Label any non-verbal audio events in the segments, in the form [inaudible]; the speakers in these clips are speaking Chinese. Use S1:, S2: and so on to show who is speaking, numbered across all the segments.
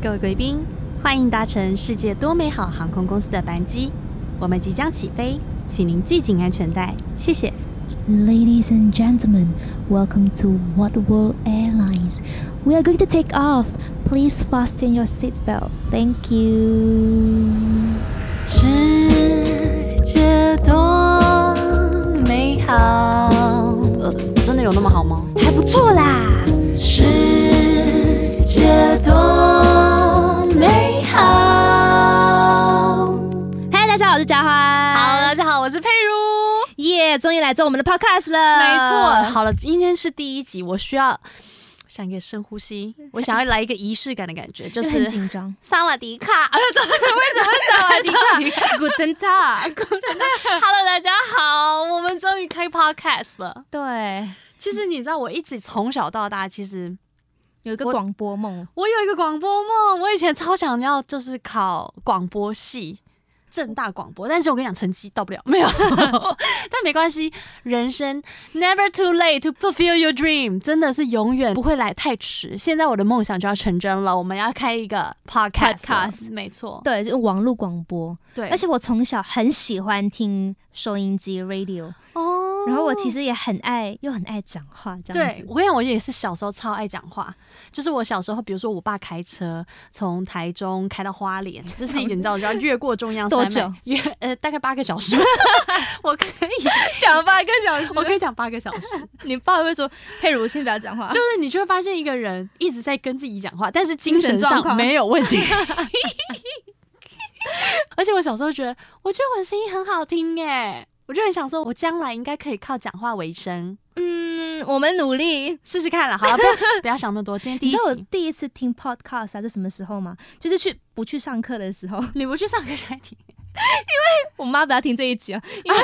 S1: 各位贵宾，欢迎搭乘世界多美好航空公司的班机，我们即将起飞，请您系紧安全带，谢谢。
S2: Ladies and gentlemen, welcome to What World Airlines. We are going to take off. Please fasten your seatbelt. Thank you.
S1: 世界多美好，呃，真的有那么好吗？
S2: 还不错啦。
S1: 世界多美好。
S2: 嗨，大家好，我是嘉欢。
S1: 好，大，家好，我是佩如。
S2: 耶终于来做我们的 podcast 了。
S1: 没错，，好了，今天是第一集，我需要想一个深呼 [laughs] 吸，我想要来一个仪式感的感 [laughs] 觉，就
S2: 就是很
S1: 是
S2: 紧张。
S1: 萨瓦 [laughs] 迪卡。啊为什 [laughs] 么萨瓦迪卡
S2: Guten Tag。
S1: ？Hello，大家好，我们终于开 Podcast 了。
S2: [laughs] 对，
S1: 其实你知道，我一直从小到大，其实
S2: 有一个
S1: 我
S2: 广播梦，
S1: 我有一个广播梦，我以前超想要就是考广播系。正大广播，但是我跟你讲，成绩到不了，没有， [laughs] 但没关系，人生 never too late to fulfill your dream，真的是永远不会来太迟。现在我的梦想就要成真了，我们要开一个 podcast，了
S2: Podcast
S1: 没错，
S2: 对，就是网络广播。
S1: 对，
S2: 而且我从小很喜欢听收音机 radio，
S1: 哦
S2: 然后我其实也很爱，又很爱讲话，这样
S1: 对
S2: 子。
S1: 我跟你讲，我也是小时候超爱讲话，就是我小时候，比如说我爸开车从台中开到花莲，就是你知道，就要越过中央山脉，
S2: 多久
S1: [laughs] 越呃大概八个小时， [laughs] 我可
S2: [laughs]
S1: 以，
S2: 讲八个小时 [laughs]
S1: 我可以讲八个小时，
S2: 你爸会说：“佩如，先不要讲话。”
S1: 就
S2: 就是
S1: 你就会发现一个人一直在跟自己讲话，但是精神
S2: 精神状
S1: 上
S2: 况
S1: 没有问
S2: [laughs]
S1: 题。 [laughs] 而且我小时候觉得，我觉得我的声音很好听耶，我就很想说，我将来应该可以靠讲话为生，
S2: 嗯，我们努力。
S1: 试试看了。好了，啊不要不要想那么多，今天第
S2: 你
S1: 一
S2: 知道我
S1: 集。
S2: 第一次听 podcast 啊，是什么时候吗？就是去不去上课的时候，
S1: 你不去上个专题，
S2: 我妈不要听这一集啊，因为 [laughs]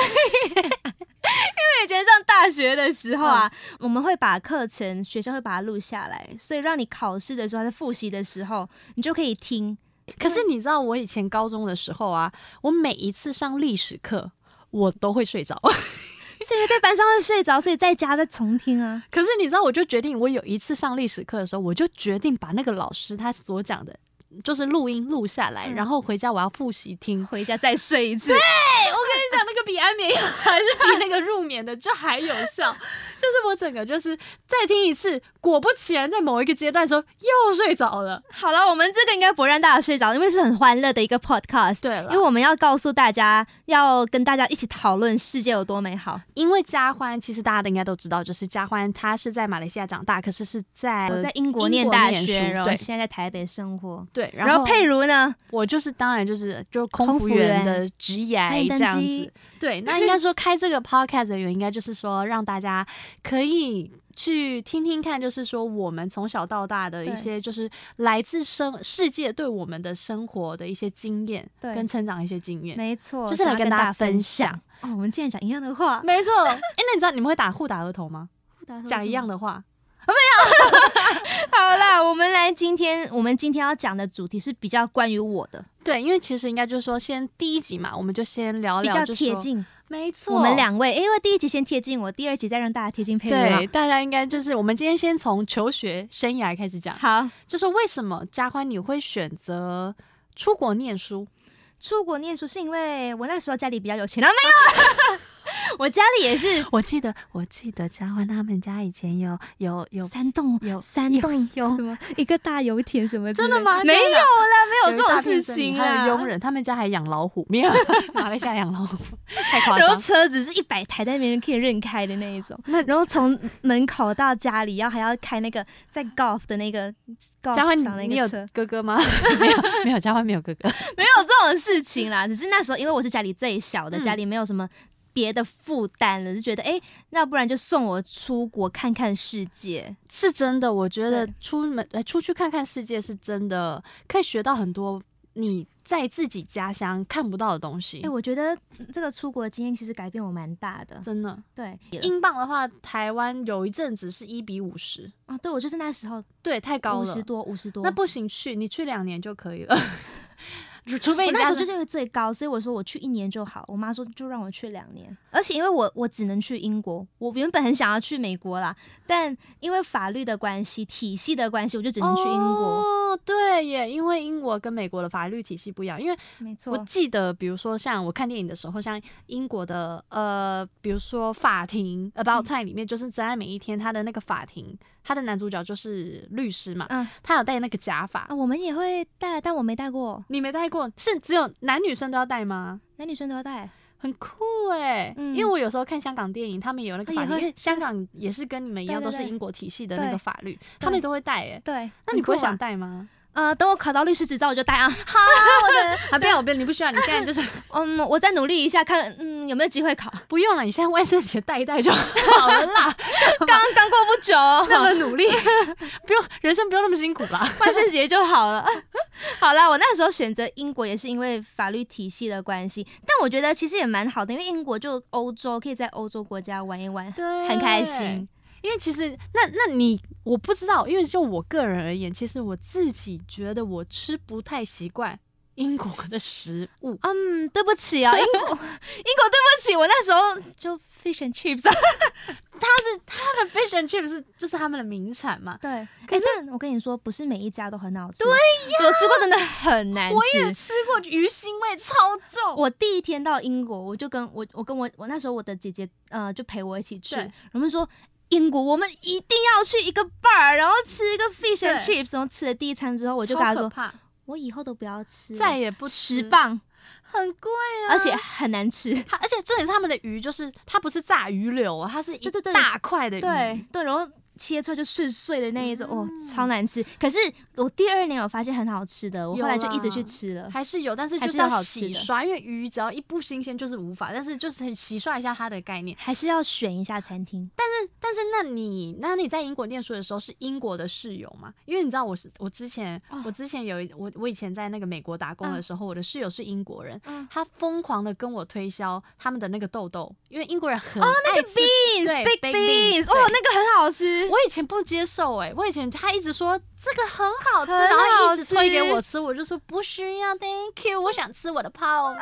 S2: 因为以前上大学的时候啊，我们会把课程学生会把它录下来，所以让你考试的时候还是复习的时候，你就可以听。
S1: 可是你知道我以前高中的时候啊，我每一次上历史课，我都会睡着。 [laughs]
S2: 是因为在班上会睡着，所以在家再重听啊。
S1: 可是你知道，我就决定，我有一次上历史课的时候，我就决定把那个老师他所讲的，就是录音录下来，
S2: 嗯
S1: 然后回家我要复习听。
S2: [laughs] 回家再睡一次，
S1: 哎你讲那个比安眠 [laughs] 药还是比那个入眠的就还有效，就是我整个就是再听一次，果不其然，在某一个阶段的时候又睡着了。
S2: 好了，我们这个应该不会让大家睡着，因为是很欢乐的一个 podcast。
S1: 对了
S2: 因为我们要告诉大家，要跟大家一起讨论世界有多美好。
S1: 因为嘉欢，其实大家应该都知道，就是嘉欢他是在马来西亚长大，可是是在
S2: 我在英国
S1: 英
S2: 念
S1: 国
S2: 大
S1: 念
S2: 学，
S1: 书
S2: 然后
S1: 对
S2: 现在在台北生活。
S1: 对，
S2: 然后佩如呢？
S1: 我就是当然就是就空
S2: 空
S1: 服
S2: 服
S1: 员
S2: 员
S1: 的职
S2: 欢
S1: 业这
S2: 迎登
S1: 样子
S2: 机。
S1: 对，那应该说开这个 podcast 的原因，应该就是说让大家可以。去听听看，就是说我们从小到大的一
S2: 对
S1: 些，就是来自生世界对我们的生活的一些经验，
S2: 对
S1: 跟成长一些经验，
S2: 没错，
S1: 就是来
S2: 想要
S1: 跟
S2: 跟
S1: 大
S2: 大
S1: 家分
S2: 分
S1: 享。
S2: 哦，我们竟然讲一样的话，
S1: 没错。哎、那你知道你们会打互打额头吗？讲一样
S2: 的。
S1: 的话，
S2: [laughs] 好啦，我们来今天，我们今天要讲的主题是比较关于我的，
S1: 对，因为其实应该就是说，先第一集嘛，我们就先聊
S2: 比
S1: 聊，
S2: 较
S1: 就
S2: 贴
S1: 说，
S2: 近
S1: 没错，
S2: 我们两位，因为第一集先贴近我，第二集再让大家贴近佩如嘛
S1: 对，大家应该就是我们今天先从求学生涯开
S2: [laughs]
S1: 始讲，
S2: 好，
S1: 就是为什么嘉欢你会选择出国念书？
S2: 出国念书是因为我那时候家里比较有钱啊，没有， [laughs] 我家里
S1: [laughs]
S2: 也是
S1: 我记得，我记得嘉欢他们家以前有有有
S2: 三栋
S1: 有
S2: 三栋
S1: 有
S2: 什么一个大油田什么之类，
S1: 真的吗
S2: 没有
S1: 真的
S2: 啦，没有这种事
S1: 一
S2: 情
S1: 大片森林
S2: 啦。
S1: 还有佣人，他们家还养老虎， [laughs] 没有马来西亚养老虎，太夸
S2: 然后
S1: 张。
S2: 车子是一百台，但没人可以认开的那一种。
S1: 那
S2: 然后从门口到家里，然后还要开那个在 golf 的那个 golf
S1: 嘉欢，
S2: 场那
S1: 你你有
S2: 个车，
S1: 哥哥吗？ [laughs] 没有，没有，嘉欢没有哥哥。
S2: 没有这种事情啦。只是那时候因为我是家里最小的，
S1: 嗯
S2: 家里没有什么别的负担了，就觉得哎，诶那不然就送我出国看看世界。
S1: [laughs] 是真的，我觉得
S2: 对
S1: 出门呃出去看看世界是真的，可以学到很多你在自己家乡看不到的东西
S2: 哎、。我觉得这个出国的经验其实改变我蛮大的。
S1: 真的，
S2: 对，
S1: 英镑的话，台湾有一阵子是一比五十，
S2: 啊，对我就是那时候
S1: 对，太高
S2: 五十
S1: 了，
S2: 多，五十多，
S1: 那不行去，你去两年就可以了。 [laughs] 除非
S2: 我
S1: 你
S2: 那时候就是是因为最高，所以我说我去一年就好。我妈说就让我去两年，而且因为我我只能去英国，我原本很想要去美国啦，但因为法律的关系、体系的关系，我就只能去英国。
S1: 哦，对耶，因为英国跟美国的法律体系不一样，因为
S2: 没
S1: 我
S2: 错，
S1: 记得，比如说像我看电影的时候，像英国的呃，比如说法庭
S2: 嗯
S1: 《About Time》里面，就是《真爱每一天》，他的那个法庭，他的男主角就是律师嘛，
S2: 嗯
S1: 他有戴那个假发
S2: 啊，。我们也会戴，但我没戴过，
S1: 你没戴过，是只有男女生都要戴吗？
S2: 男女生都要戴。
S1: 很酷哎、
S2: 嗯
S1: 因为我有时候看香港电影，他们有那个法
S2: 也
S1: 庭，
S2: 会
S1: 因为香港也是跟你们一样，
S2: 对对
S1: 都是
S2: 对
S1: 英国体系的那个
S2: 对
S1: 法律，他们
S2: 对
S1: 都会戴哎、
S2: 对，
S1: 那你不会
S2: 很酷啊
S1: 想？戴吗？
S2: 呃，等我考到律师执照我就戴啊。
S1: 好，我的 [laughs] 啊，不要，不要，你不需要，你现在就是
S2: [laughs] 嗯，我再努力一下，看嗯有没有机会考。
S1: [laughs] 不用了，你现在万圣节戴一戴就好了 [laughs] 啦。
S2: 刚刚过不久，
S1: 那么努力， [laughs] 不用人生不用那么辛苦啦。
S2: 万圣节就好了。 [laughs] 好啦，我那时候选择英国也是因为法律体系的关系，但我觉得其实也蛮好的，因为英国就欧洲，可以在欧洲国家玩一玩，
S1: 对
S2: 很开心。。
S1: 因为其实那那你我不知道，因为就我个人而言，其实我自己觉得我吃不太习惯英国的食物。
S2: 嗯，对不起 [laughs] 啊，英国，英国，对不起，我那时候就 fish and chips 啊。
S1: 它的 fish and chips 是就是他们的名产嘛。
S2: 对，
S1: 可
S2: 可
S1: 是
S2: 是、但我跟你说，不是每一家都很好吃。对呀，我吃过真的很难
S1: 我也
S2: 吃。
S1: 吃过鱼腥味超重，
S2: 我第一天到英国，我就跟我我跟我我那时候我的姐姐呃就陪我一起去
S1: 对，
S2: 我们说英国我们一定要去一个 bar，然后吃一个 fish and
S1: 对
S2: chips，然后吃了第一餐之后，我
S1: 我
S2: 就跟她说，我以后都不要吃了，
S1: 再也不
S2: 嗯十
S1: 吃，
S2: 磅，
S1: 很贵啊，
S2: 而且很难吃。
S1: 它而且重点是他们的鱼就是它不是炸鱼柳哦，它是一
S2: 对对对
S1: 大块的鱼，
S2: 对对，然后切出来就碎碎的那一种，哦
S1: 嗯，
S2: 超难吃。可是我第二年我发现很好吃的，我
S1: 有
S2: 后来就一直
S1: 啦
S2: 去吃了。
S1: 还是有，但是
S2: 还
S1: 就是是要
S2: 有好吃
S1: 洗
S2: 的
S1: 刷，因为鱼只要一不新鲜就是无法，但是就是很洗刷一下它的概念。
S2: 还是要选一下餐厅，
S1: 但是那你那你在英国念书的时候是英国的室友吗？因为你知道我是我之前、
S2: 哦
S1: 我之前有一我我以前在那个美国打工的时候，我的室友是英国人，
S2: 嗯
S1: 他疯狂的跟我推销他们的那个豆豆，因为英国人很
S2: 哦
S1: 爱吃。哎对
S2: beans big
S1: baked
S2: beans，
S1: beans，
S2: 哦，
S1: 对
S2: 那个很好吃。
S1: 我以前不接受哎、我以前他一直说这个很好吃，
S2: 很
S1: 然后
S2: 好
S1: 一直
S2: 吃
S1: 推给我吃，我就说不需要，Thank you，我想吃我的泡
S2: [laughs]
S1: 面，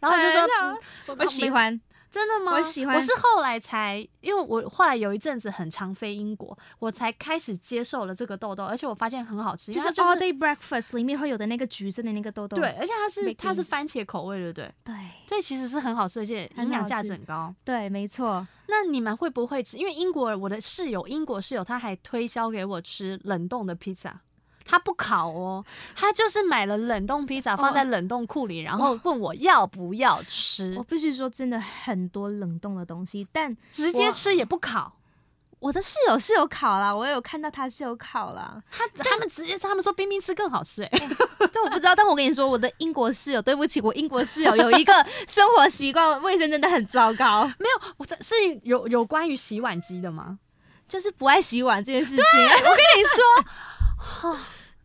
S1: 然后我就说、
S2: 很好
S1: 嗯、
S2: 我喜欢，
S1: 真的吗？
S2: 我喜欢
S1: 我是后来才，因为我后来有一阵子很常飞英国，我才开始接受了这个豆豆，而且我发现很好吃，因
S2: 就
S1: 为
S2: 是哦
S1: 它
S2: all day breakfast 里面会有的那个橘色的那个豆豆。
S1: 对，而且它是
S2: baked
S1: 它是
S2: beans
S1: 番茄口味，对不对？
S2: 对
S1: 对，其实是很好吃，而且
S2: 很
S1: 营养
S2: 好
S1: 价值
S2: 吃
S1: 很高。
S2: 对，没错。
S1: 那你们会不会吃？因为英国我的室友，英国室友他还推销给我吃冷冻的披萨。他不烤哦，他就是买了冷冻披萨放在冷冻库里，然后问我要不要吃
S2: 我，必须说，真的很多冷冻的东西，但
S1: 直接
S2: 我
S1: 吃也不烤。，
S2: 我的室友是有烤啦，我有看到他是有烤啦
S1: 他他们直接他们说冰冰吃更好吃哎、
S2: 但我不知道。但我跟你说，我的英国室友，对不起，我英国室友有一个生活习惯卫生真的很糟
S1: [laughs]
S2: 糕，
S1: [laughs] 没有，我是是有有关于洗碗机的吗？
S2: 就是不爱洗碗这件事情。
S1: 我跟你说， [laughs] 哈，哦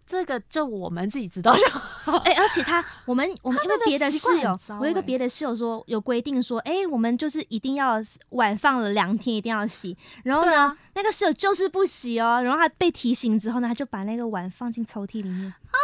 S1: 这个就我们自己知道就好。
S2: 哎、而且他我们我们
S1: 他
S2: 因
S1: 们
S2: 为
S1: 的
S2: 别的
S1: 习
S2: 室
S1: 惯很
S2: 友
S1: 糟，
S2: 我有一个
S1: 欸
S2: 别的室友说有规定说，哎、我们就是一定要晚放了两天一定要洗，然后
S1: 对
S2: 呢，
S1: 啊
S2: 那个室友就是不洗哦，然后他被提醒之后呢，他就把那个碗放进抽屉里面啊，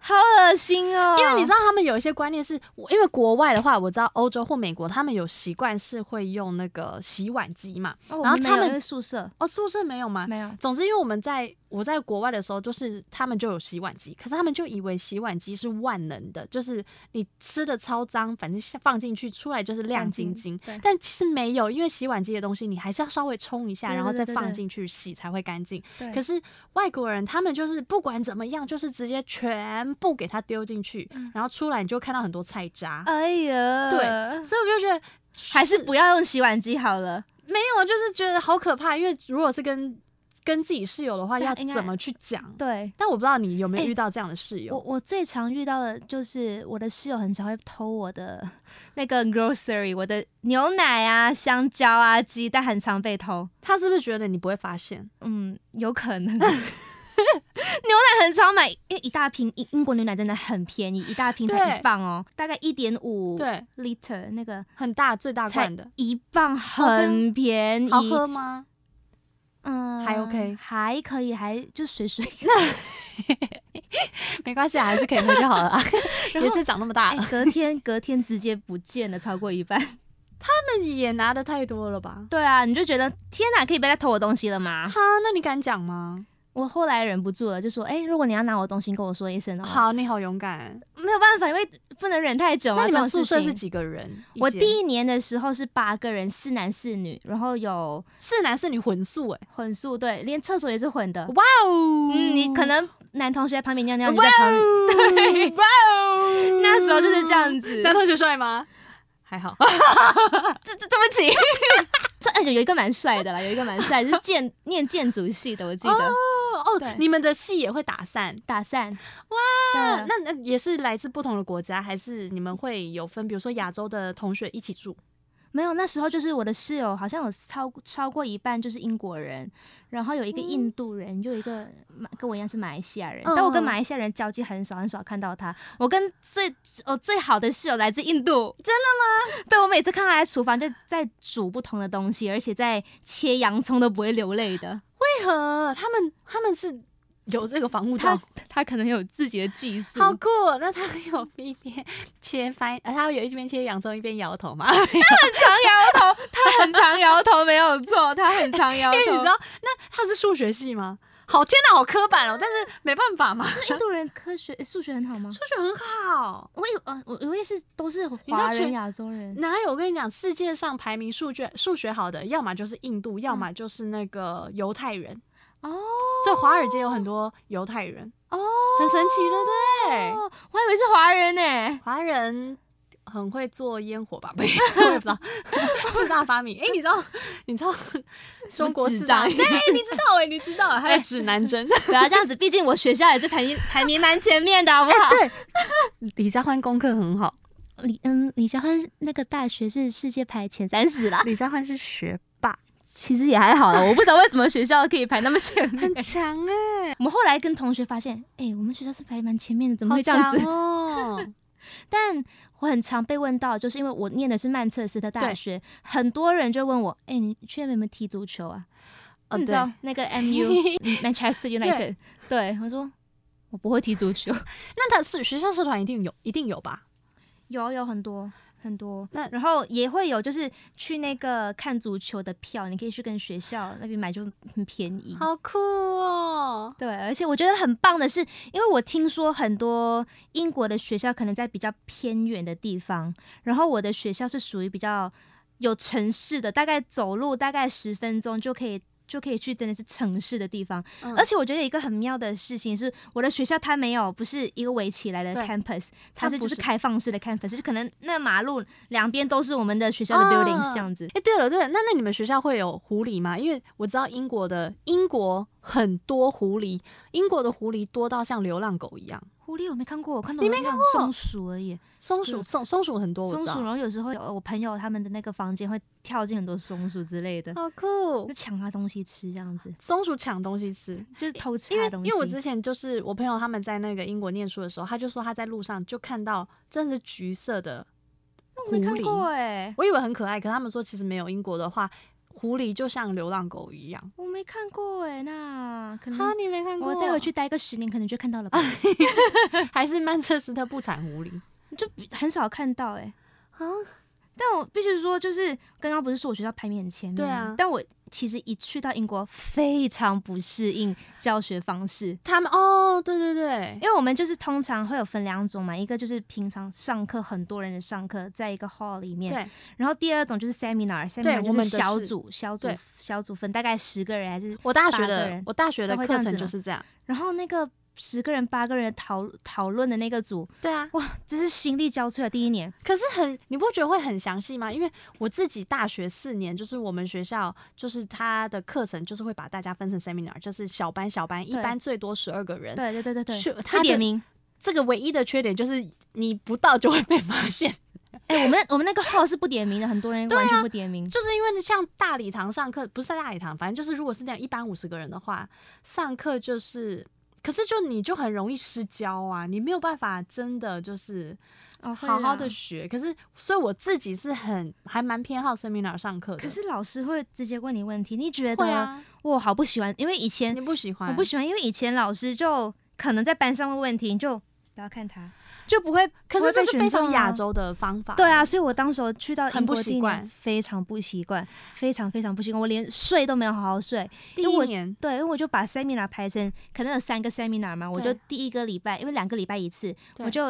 S2: 好恶心哦，
S1: 因为你知道，他们有一些观念是，我因为国外的话，我知道欧洲或美国，他们有习惯是会用那个洗碗机嘛。
S2: 哦我
S1: 然后
S2: 没
S1: 他
S2: 有
S1: 们
S2: 因为宿舍
S1: 哦，宿舍没有吗？
S2: 没有，
S1: 总之，因为我们在我在国外的时候，就是他们就有洗碗机，可是他们就以为洗碗机是万能的，就是你吃的超脏，反正下放进去出来就是亮晶晶。
S2: 对
S1: 但其实没有，因为洗碗机的东西你还是要稍微冲一下，
S2: 对对
S1: 然后再
S2: 对对
S1: 放
S2: 对
S1: 进去洗才会干净。
S2: 对
S1: 可是外国人他们就是不管怎么样，就是直接全部给它丢进去，
S2: 嗯
S1: 然后出来你就看到很多菜渣。
S2: 哎呀，
S1: 对，所以我就觉得
S2: 嗯还是不要用洗碗机好了，
S1: 没有，就是觉得好可怕，因为如果是跟跟自己室友的话，
S2: 对
S1: 要
S2: 啊应该
S1: 怎么去讲？
S2: 对。
S1: 但我不知道你有没有
S2: 哎
S1: 遇到这样的室友。
S2: 我我最常遇到的就是我的室友很常会偷我的 [laughs] 那个 grocery，我的牛奶啊、香蕉啊、鸡蛋很常被偷。
S1: 他是不是觉得你不会发现？
S2: 嗯，有可能。牛 [laughs] 奶很常买，因为一大瓶英英国牛奶真的很便宜，一大瓶才
S1: 对
S2: 一磅哦，大概一点五
S1: 对，
S2: liter 那个
S1: 很大最大
S2: 才
S1: 罐的，
S2: 一磅
S1: 喝
S2: 很便宜，
S1: 好喝吗？
S2: 嗯，
S1: 还 OK
S2: [laughs] 还可以，还就水水。
S1: [laughs] 没关系啊，还是可以喝就好了
S2: [laughs]
S1: 啊。也是长那么大
S2: 哎
S1: 了，
S2: 隔天隔天直接不见了，超过一半。
S1: 他们也拿的太多了吧？
S2: 对啊，你就觉得天哪，可以不要再偷我东西了吗？
S1: 哈，那你敢讲吗？
S2: 我后来忍不住了，就说：“哎、如果你要拿我东西，跟我说一声哦。”，
S1: 好，你好勇敢。
S2: 没有办法，因为不能忍太久啊。
S1: 那你们
S2: 这
S1: 宿
S2: 种事
S1: 舍
S2: 情
S1: 是几个人？
S2: 我
S1: 间
S2: 第一年的时候是八个人，四男四女，然后有
S1: 四男四女混宿哎、
S2: 混宿，对，连厕所也是混的。
S1: 哇哦！
S2: 嗯，
S1: [laughs]
S2: 你可能男同学在旁边尿尿，你
S1: 哇
S2: 在旁边，
S1: 哦，
S2: 对
S1: 哇哦！
S2: [laughs] 那时候就是
S1: [laughs]
S2: 这。样子。
S1: 男同学帅吗？还好，
S2: 这这对不起，这哎有一个蛮帅的啦，有一个蛮帅，是建念建筑系的，我记得。
S1: 哦哦
S2: 对，
S1: 你们的戏也会打散
S2: 打散
S1: 啊？
S2: 哇，
S1: 那那也是来自不同的国家，还是你们会有分？比如说亚洲的同学一起住，
S2: 没有，那时候就是我的室友好像有超超过一半就是英国人，然后有一个印度人，就有一个马跟我一样是马来西亚人，
S1: 嗯
S2: 但我跟马来西亚人交际很少，很少看到他。我跟最我最好的室友来自印度，真的吗？ [laughs] 对，我每次看他在厨房在在煮不同的东西，而且在切洋葱都不会流泪的。
S1: 为何他们他们是有这个防护罩
S2: 他？他可能有自己的技术，
S1: 好酷哦！ [laughs] 那他会有一边 [laughs] 切翻，呃，他会有一边切洋葱一边摇头吗？
S2: 常摇头，他很常摇头，没有错，他很 [laughs] 常摇
S1: 因为你
S2: 头
S1: 知。道，那他是数学系吗？好天哪，好刻板哦！但是没办法嘛，
S2: 印度人科学诶数学很好吗？
S1: 数学很好。
S2: 我以呃，我我也是都是
S1: 知道
S2: 华人
S1: 全
S2: 亚洲人，
S1: 哪有？我跟你讲，世界上排名数学数学好的，要么就是印度，要么就是那个犹太人。
S2: 哦
S1: 所以华尔街有很多犹太人，
S2: 哦，
S1: 很神奇的，对不对？
S2: 哦我还以为是华人呢、
S1: [laughs] 华人很会做烟火 [laughs] 吧？没有，我也不知道。四大发明，哎、你知道？你知道中国四大？
S2: 纸
S1: [laughs] 对，
S2: 张
S1: 你知道哎、你知 [laughs] 道，还有指南针。
S2: 不啊要这样子，毕竟我学校也是排名排名蛮前面的，好不好？
S1: 哎李佳欢功课很好，
S2: 李嗯，李佳欢那个大学是世界排前三十啦， [laughs]
S1: 李佳欢是学霸，
S2: 其实也还好啦，我不知道为什么学校可以排那么前
S1: [laughs]
S2: 面
S1: 很。强哎、
S2: 我们后来跟同学发现，哎、我们学校是排蛮前面的，怎
S1: 怎
S2: 么会这样子？
S1: 哦？
S2: 但我很常被问到，就是因为我念的是曼彻斯特大
S1: 对
S2: 学，很多人就问我，哎、你去那边有没有踢足球啊？
S1: 哦
S2: 你知
S1: 对
S2: 道那个 [laughs] MU Manchester United，对我说我不会踢足
S1: [laughs]
S2: 球，
S1: 那他是学校社团一定有，一定有吧？
S2: [laughs] 有有很多很多，
S1: 那
S2: 然后也会有就是去那个看足球的票，你可以去跟学校那边买，就很便宜。
S1: 好酷哦！
S2: 对，而且我觉得很棒的是，因为我听说很多英国的学校可能在比较偏远的地方，然后我的学校是属于比较有城市的，大概走路大概十分钟就可以就可以去，真的是城市的地方。
S1: 嗯
S2: 而且我觉得有一个很妙的事情是，我的学校它没有不是一个围起来的
S1: 对
S2: campus，
S1: 它
S2: 它是
S1: 不
S2: 就是
S1: 是
S2: 开放式的 campus，就可能那马路两边都是我们的学校的
S1: 啊
S2: buildings 这样子。
S1: 哎、对了对了，那那你们学校会有狐狸吗？因为我知道英国的英国很多狐狸，英国的狐狸多到像流浪狗一样，
S2: 狐狸我没看过，我看到
S1: 你
S2: 有
S1: 没
S2: 那
S1: 看
S2: 种松鼠而已。
S1: 松
S2: 是
S1: 鼠松松鼠很多，我
S2: 松
S1: 知
S2: 鼠，然
S1: 道。
S2: 后有时候有呃我朋友他们的那个房间会跳进很多松鼠之类的，
S1: 好酷
S2: 就！抢他东西吃这
S1: [laughs]
S2: 样子，
S1: 松鼠抢东西吃，
S2: 就是偷吃
S1: 因
S2: 他
S1: 为
S2: 的东西。
S1: 因为我之前就是我朋友他们在那个英国念书的时候，他就说他在路上就看到真的是橘色的
S2: 我
S1: 狐
S2: 没看
S1: 狸，
S2: 过哎、
S1: 我以为很可爱，可他们说其实没有。英国的话，狐狸就像流浪狗一样。
S2: 我没看过哎、那可
S1: 哈，
S2: 能
S1: 你没看过？哦
S2: 我再回去待个十年，可能就看到了吧，
S1: [laughs] 还是曼彻斯特不产狐
S2: [laughs]
S1: 狸
S2: 就比很少看到哎、
S1: 啊？
S2: 但我必须说，就是刚刚不是说我学校排名很前面
S1: 对
S2: 吗，
S1: 啊
S2: 但我其实一去到英国非常不适应教学方式。
S1: 他们哦，对对对
S2: 因，为我们就是通常会有分两种嘛，一个就是平常上课很多人的上课，在一个 hall 里面，
S1: 对，
S2: 然后第二种就是 seminar，seminar
S1: 我
S2: 就
S1: 们的
S2: 是
S1: 是
S2: 小组小组
S1: 对
S2: 小组分，大概十个人还是，
S1: 我大学
S2: 八个
S1: 的
S2: 人
S1: 我大学的
S2: 都会这
S1: 课
S2: 样子
S1: 程
S2: 吗
S1: 就是这样。
S2: 然后那个十个人八个人讨讨论的那个组，
S1: 对啊，
S2: 哇，这是心力交瘁的第一年，
S1: 可是很，你不觉得会很详细吗？因为我自己大学四年，就是我们学校，就是他的课程，就是会把大家分成 seminar，就是小班小班，一
S2: 对
S1: 班最多十二个人。
S2: 对对对对对，
S1: 去
S2: 他
S1: 他
S2: 点
S1: 的
S2: 名，
S1: 这个唯一的缺点就是你不到就会被发现， [laughs]
S2: 哎、我们我们那个 hall 是不点名的，很多人完全不点名，
S1: 啊就是因为像大礼堂上课，不是在大礼堂，反正就是如果是那样一般五十个人的话，上课就是，可是就你就很容易失焦啊，你没有办法真的就是
S2: 哦，会
S1: 好好
S2: 啦
S1: 的学。可是，所以我自己是很还蛮偏好 seminar 上课的。
S2: 可是老师会直接问你问题，你觉得、
S1: 会啊，
S2: 我好不喜欢，因为以前
S1: 你不喜欢？
S2: 我不喜欢，因为以前老师就可能在班上问问题，你就不要看他，就不会。
S1: 可
S2: 不会
S1: 是
S2: 被
S1: 这是
S2: 选
S1: 非常
S2: 中啊
S1: 亚。洲的方法。
S2: 对啊，所以我当时候去到
S1: 很
S2: 英
S1: 不
S2: 国
S1: 习
S2: 第一年
S1: 惯
S2: 非常不习惯，非常非常不习惯，我连睡都没有好好睡。
S1: 第
S2: 因为
S1: 一
S2: 我
S1: 年
S2: 对，因为我就把 seminar 排成可能有三个 seminar 嘛，我就
S1: 对
S2: 第一个礼拜，因为两个礼拜一次，
S1: 对
S2: 我就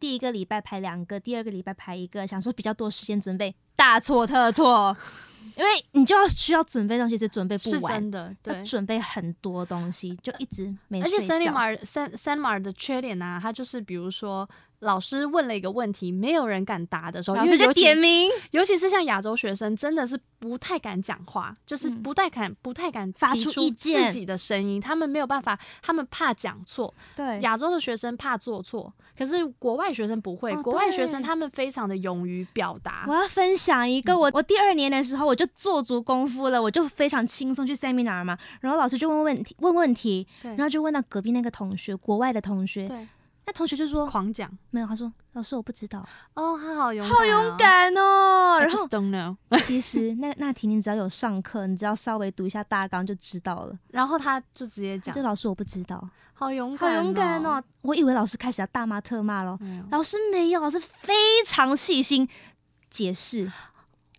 S2: 第一个礼拜排两个，第二个礼拜排一个，想说比较多时间准备，大错特错，因为你就要需要准备东西是准备不
S1: 是
S2: 完
S1: 真，的，
S2: 要
S1: 对。
S2: 准备很多东西，就一直没
S1: 而且
S2: 睡觉。
S1: 三 e m a 三三 m a 的缺点呢、啊，它就是比如说老师问了一个问题，没有人敢答的时候，
S2: 老
S1: 因
S2: 师
S1: 为
S2: 就
S1: 尤其
S2: 点
S1: [laughs]
S2: 名，
S1: 尤其是像亚洲学生，真的是不太敢讲话，就是
S2: 嗯
S1: 不太敢、不太敢
S2: 发
S1: 提
S2: 出
S1: 出
S2: 意见
S1: 自己的声音，他们没有办法，他们怕讲错。
S2: 对，
S1: 亚洲的学生怕做错，可是国外学生不会，
S2: 哦
S1: 国外
S2: 对
S1: 学生他们非常的勇于表达
S2: 我。要分享一个，
S1: 嗯
S2: 我我第二年的时候我就做足功夫了，我就非常轻松去 seminar 嘛，然后老师就问问题，问问题，
S1: 对
S2: 然后就问到隔壁那个同学，国外的同学，
S1: 对，
S2: 那同学就说
S1: 狂讲
S2: 没有，他说老师我不知道，
S1: 哦，他好勇敢、啊
S2: 好勇！敢啊哦。
S1: I
S2: 然
S1: just
S2: 后
S1: don't know。
S2: 其实那那题你只要有上课，你只要稍微读一下大纲就知道了。
S1: 然后他就直接
S2: 他
S1: 讲
S2: 就，老师我不知道，
S1: 好勇
S2: 好
S1: 敢、
S2: 勇敢哦！我以为老师开始要大骂特骂咯，
S1: 没有！
S2: 老师没有，老师非常细心解释。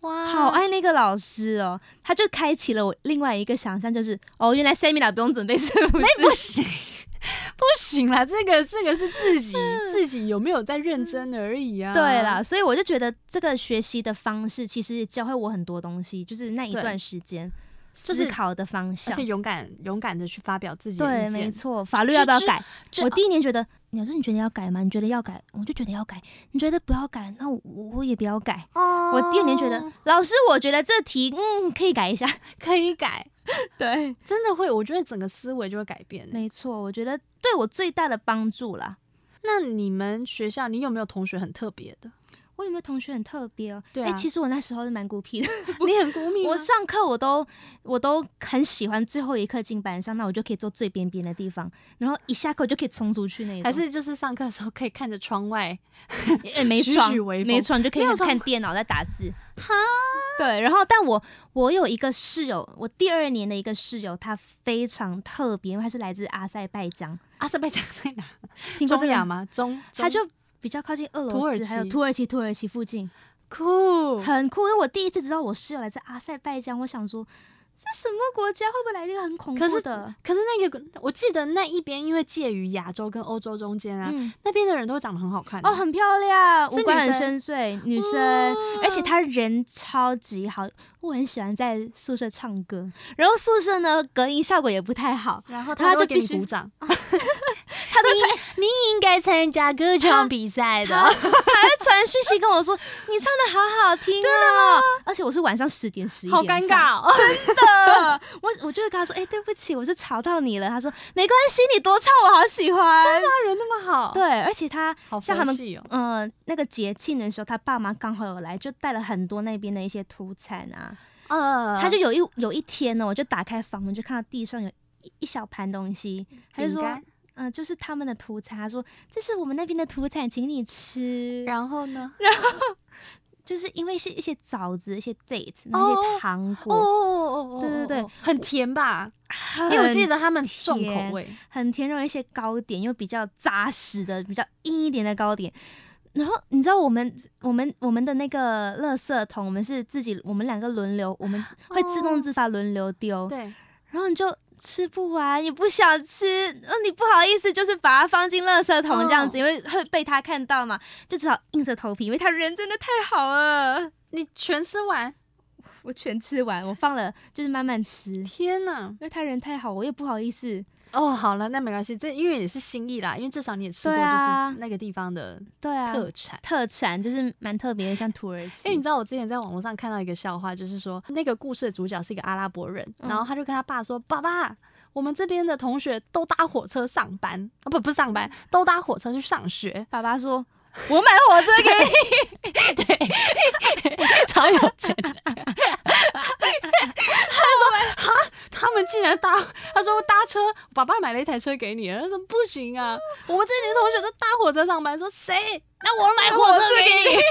S1: 哇，
S2: 好哎爱那个老师哦，他就开启了我另外一个想象，就是哦，原来 seminar 不用准备是
S1: [laughs]
S2: 哎不是？
S1: 不行，不行啦！这个这个是自己自己有没有在认真而已啊。
S2: 嗯对啦，，所以我就觉得这个学习的方式其实教会我很多东西，就是那一
S1: 对
S2: 段时间
S1: 就是
S2: 思考的方向
S1: 而且。勇敢勇敢的去发表自己的
S2: 对，
S1: 意
S2: 没
S1: 见。
S2: 错，法律要不要
S1: 这
S2: 改？
S1: 这
S2: 我第一年觉得，鸟说你觉得要改吗？你觉得要改，我就觉得要改；你觉得不要改，那我我也不要改。
S1: 哦
S2: 我第二年觉得，老师，我觉得这题嗯可以改一下。
S1: 可以改，
S2: 对，
S1: 真的会，我觉得整个思维就会改变欸。
S2: [laughs] 没错，我觉得对我最大的帮助啦。
S1: 那你们学校，你有没有同学很特别 [laughs] 的？
S2: 我有没有同学很特别哦？
S1: 对
S2: 哎、
S1: 啊
S2: 其实我那时候是蛮孤僻
S1: [laughs]
S2: 的，
S1: 你很孤僻吗
S2: 我上课我都我都很喜欢最后一刻进班上，那我就可以坐最边边的地方，然后一下课我就可以冲出去那一种。
S1: 还
S2: [laughs]
S1: 是就是上课的时候可以看着窗外，
S2: 哎，没
S1: 栩
S2: 床
S1: 栩为，
S2: 没
S1: 风
S2: 床就可以
S1: 没有
S2: 看
S1: 床
S2: 看电脑在打字。哈，对，然后但我我有一个室友，我第二年的一个室友，他非常特别，因为他是来自阿塞拜疆，
S1: 阿塞拜疆在哪？
S2: 听过
S1: 中
S2: 这个
S1: 亚
S2: 吗？
S1: 吗？中，
S2: 他
S1: 中
S2: 就比较靠近俄
S1: 土
S2: 罗
S1: 耳
S2: 斯，还有
S1: 其
S2: 土耳其，土耳其附近，
S1: 酷，
S2: 很酷。因为我第一次知道我室友来自阿塞拜疆，我想说这什么国家，会不会来一个很恐
S1: 可
S2: 怖
S1: 是
S2: 的？
S1: 可是那个，我记得那一边因为介于亚洲跟欧洲中间啊，
S2: 嗯，
S1: 那边的人都长得很好看啊
S2: 哦，很漂亮，
S1: 是
S2: 五官
S1: 女
S2: 很
S1: 生
S2: 深邃，女生，而且她人超级好。我很喜欢在宿舍唱歌，然后宿舍呢隔音效果也不太好，
S1: 然后
S2: 他
S1: 他
S2: 就
S1: 就给
S2: 必
S1: 你
S2: 须
S1: 鼓 [laughs] 掌，
S2: 她都传
S1: 应该参加歌唱比赛的。啊
S2: 还会传讯息跟我说你唱的好好听哦，而且我是晚上十点十一点，
S1: 好尴尬哦！ [laughs]
S2: 的。我我就会跟她说，哎、对不起，我是吵到你了。她说没关系，你多唱我好喜欢。
S1: 他人那么好，
S2: 对，而且她
S1: 好
S2: 像他们
S1: 佛系哦，
S2: 呃，那个节庆的时候，她爸妈刚好有来，就带了很多那边的一些土产啊，
S1: 嗯，
S2: 他就有一有一天呢，我就打开房门，就看到地上有一一小盘东西，他就
S1: 饼
S2: 说，
S1: 干
S2: 嗯、就是他们的土产，他说这是我们那边的土产，请你吃。
S1: 然后呢？
S2: 就是因为是一些枣子、一些 dates、
S1: 哦
S2: 那些糖
S1: 哦
S2: 果，
S1: 哦哦哦，
S2: 对对对
S1: 哦，很甜吧？
S2: 很
S1: 因为我记得他们重口味，
S2: 很甜，然后一些糕点又比较扎实的、比较硬一点的糕点。然后你知道我们我们我们的那个垃圾桶，我们是自己我们两个轮流，我们会自动
S1: 哦
S2: 自发轮流丢。
S1: 对，
S2: 然后你就吃不完，也不想吃，那你不好意思，就是把它放进垃圾桶
S1: 嗯
S2: 这样子，因为会被他看到嘛，就只好硬着头皮，因为他人真的太好了。
S1: 你全吃完，
S2: 我全吃完，我放了，就是慢慢吃，因
S1: 天哪！
S2: 为他人太好，我也不好意思。
S1: 哦，好了，那没关系，这因为也是心意啦，因为至少你也吃过，
S2: 对
S1: 就
S2: 啊
S1: 是那个地方的
S2: 对啊，
S1: 特产。
S2: 特产就是蛮特别的，像土耳其。
S1: 因为你知道，我之前在网络上看到一个笑话，就是说那个故事的主角是一个阿拉伯人，
S2: 嗯，
S1: 然后他就跟他爸说：“爸爸，我们这边的同学都搭火车上班啊，不不是上班，都搭火车去上学
S2: 爸爸说， [laughs] 我买火车给你，
S1: [laughs] 超有钱。”他说：“
S2: [laughs]
S1: 哈，他们竟然搭，他说搭车，爸爸买了一台车给你了。”他说：“不行啊，我们这里的同学都搭火车上班，说谁？那我买火车给你。
S2: [laughs]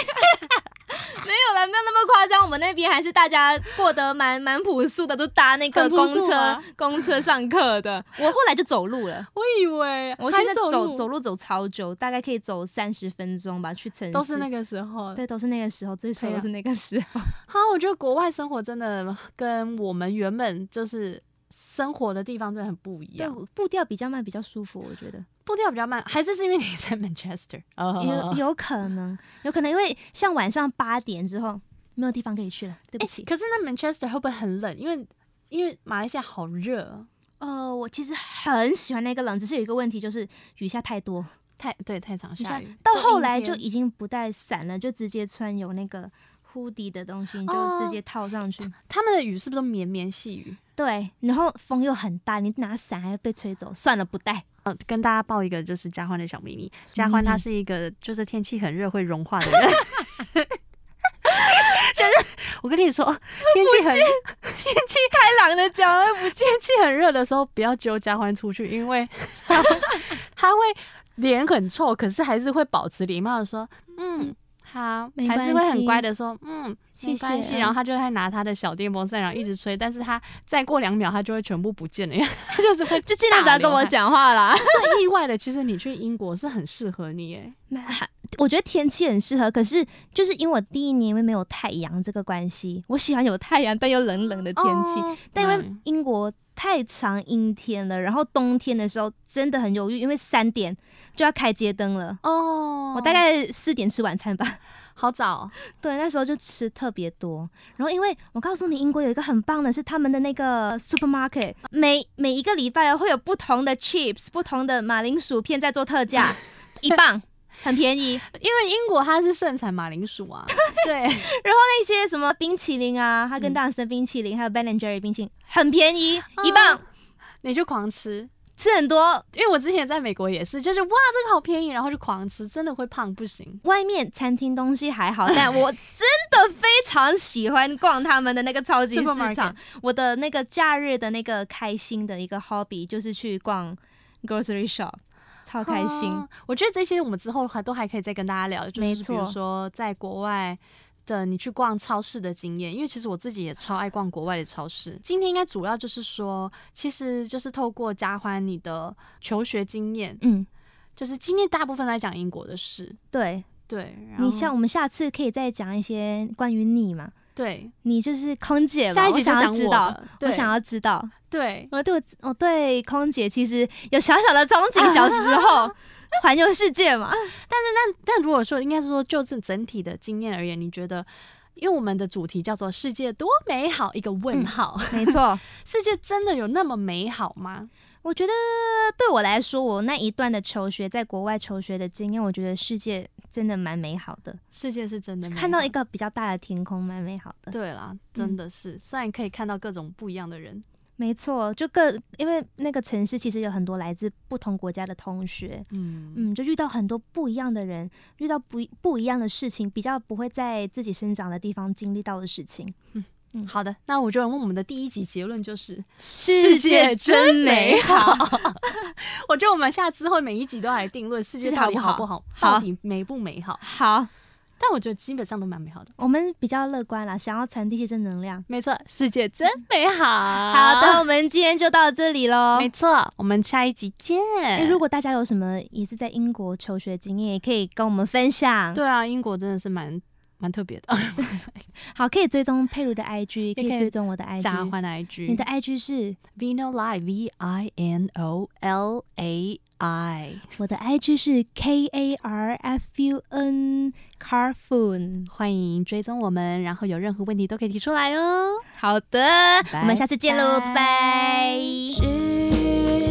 S2: 没有了，没有那么夸张。我们那边还是大家过得蛮蛮朴素的，都搭那个
S1: 很朴素
S2: 公车
S1: 吗
S2: 公车上课的。我后来就走路了，
S1: [laughs] 我以为
S2: 我现在
S1: 还
S2: 走
S1: 走路
S2: 走路走超久，大概可以走三十分钟吧，去城市。
S1: 都是那个时候。
S2: 对，都是那个时候，这时候
S1: 对啊
S2: 都是那个时候。
S1: 好，我觉得国外生活真的跟我们原本就是生活的地方真的很不一
S2: 对
S1: 样，，
S2: 步调比较慢，比较舒服，我觉得。
S1: 步调比较慢，还是是因为你在 Manchester 哦
S2: [laughs] 有有可能，有可能，因为像晚上八点之后没有地方可以去了，对不起。
S1: 哎可是那 Manchester 会不会很冷？因为因为马来西亚好热，
S2: 呃，我其实很喜欢那个冷，只是有一个问题，就是雨下太多，
S1: 太对太常
S2: 雨
S1: 下雨，
S2: 到
S1: 都
S2: 后
S1: 阴
S2: 来就
S1: 天
S2: 已经不带伞了，就直接穿有那个 hoodie 的东西，你就直
S1: 哦
S2: 接套上去。
S1: 他们的雨是不是都绵绵细雨？
S2: 对，然后风又很大，你拿伞还会被吹走，算了，不带。
S1: 呃，跟大家报一个就是嘉欢的小秘密，
S2: 什么
S1: 嘉欢
S2: 秘
S1: 他
S2: 密
S1: 是一个就是天气很热会融化的人。 [laughs] 就是我跟你说，天气很
S2: 开朗的脚会不
S1: 天
S2: 见，
S1: 气很热的时候，不要揪嘉欢出去，因为他会他会脸很臭，可是还是会保持礼貌的说，嗯。好，
S2: 没
S1: 还是
S2: 关
S1: 会很
S2: 系
S1: 乖的说，嗯，没
S2: 谢啊
S1: 关
S2: 谢
S1: 系。然后他就会拿他的小电风扇，然后一直吹，但是他再过两秒，他就会全部不见了，因为他就是 [laughs] 会
S2: 就尽量不要跟我讲
S1: [laughs]
S2: 话啦。
S1: 这意外的，其实你去英国是很适合你诶。
S2: 啊我觉得天气很适合，可是就是因为我第一年因为没有太阳这个关系，我喜欢有太阳但又冷冷的天气。
S1: 哦
S2: 但因为
S1: 嗯
S2: 英国太长阴天了，然后冬天的时候真的很犹豫，因为三点就要开街灯了。
S1: 哦，
S2: 我大概四点吃晚餐吧， [laughs]
S1: 好早哦
S2: 对，那时候就吃特别多。然后因为我告诉你，英国有一个很棒的是他们的那个 supermarket，每每一个礼拜哦会有不同的 chips、不同的马铃薯片在做
S1: [laughs]
S2: 特价，一磅很便宜。
S1: 因为英国它是盛产马铃薯啊， [laughs] 对，
S2: 那些什么冰淇淋啊，哈根
S1: 嗯
S2: 达斯的冰淇淋，还有 Ben and Jerry 冰淇淋，很便宜，一磅、
S1: 你就狂吃。
S2: 吃很多。
S1: 因为我之前在美国也是，就是哇，这个好便宜，然后就狂吃，真的会胖不行。
S2: 外面餐厅东西还好，但我真的非常喜欢逛他们的那个超级市
S1: [laughs] Supermarket
S2: 场。我的那个假日的那个开心的一个 hobby 就是去逛 grocery shop，超开心。
S1: 啊我觉得这些我们之后还都还可以再跟大家聊，就
S2: 没
S1: 是比
S2: 错
S1: 如说在国外。的你去逛超市的经验，因为其实我自己也超爱逛国外的超市。今天应该主要就是说，其实就是透过加欢你的求学经验，
S2: 嗯，
S1: 就是今天大部分来讲英国的事，
S2: 对
S1: 对。然后
S2: 你像我们下次可以再讲一些关于你嘛，
S1: 对，
S2: 你就是空姐嘛，
S1: 下一集
S2: 我想
S1: 就
S2: 要
S1: 讲
S2: 知
S1: 我
S2: 道
S1: 的，
S2: 我
S1: 对
S2: 想要知道。
S1: 对，
S2: 我对我我对空姐其实有小小的憧憬，小时
S1: [laughs]
S2: 候环游世界嘛，
S1: 但如果说应该是说，就这整体的经验而言，你觉得，因为我们的主题叫做“世界多美好”，一个
S2: 嗯
S1: 问号，
S2: 没错。
S1: 世界真的有那么美好吗？
S2: 我觉得对我来说，我那一段的求学在国外求学的经验，我觉得世界真的蛮美好的，
S1: 世界是真的美好
S2: 看到一个比嗯较大的天空，蛮美好的。
S1: 对啦，真的是，虽然可以看到各种不一样的人，
S2: 没错，就各因为那个城市其实有很多来自不同国家的同学，
S1: 嗯
S2: 嗯，就遇到很多不一样的人，遇到不一不一样的事情，比较不会在自己生长的地方经历到的事情。
S1: 好的，那我觉得我们的第一集结论就是， [laughs]
S2: 世
S1: 界
S2: 真
S1: 美
S2: 好。
S1: [laughs] 我觉得我们下之后每一集都来定论世界
S2: 世界
S1: 到底好
S2: 好不
S1: 不
S2: 好
S1: 好，
S2: 好
S1: 到底美不美好。
S2: 好，
S1: 但我觉得基本上都蛮美好的。
S2: 我们比较乐观啦，想要传递一些正能量。
S1: 没错，世界真美好。好
S2: [laughs] 好的，，我们今天就到这里喽。
S1: 没错，我们下一集见。
S2: 哎，如果大家有什么也是在英国求学经验，也可以跟我们分享。
S1: 对啊，英国真的是蛮蛮特别
S2: [laughs]
S1: 的。 [laughs]
S2: 好，可以追踪佩如的 IG，可
S1: 可
S2: 以
S1: 以
S2: 追踪我的
S1: 加
S2: IG。
S1: 欢 IG，
S2: 你的 IG 是
S1: Vino Lai V I N O L A I，
S2: 我的 IG 是 K A R F U N Carfun。
S1: 欢迎追踪我们，然后有任何问题都可以提出来哦。
S2: 好的，我
S1: 拜
S2: 们下次见喽，拜拜。
S1: 拜
S2: [laughs]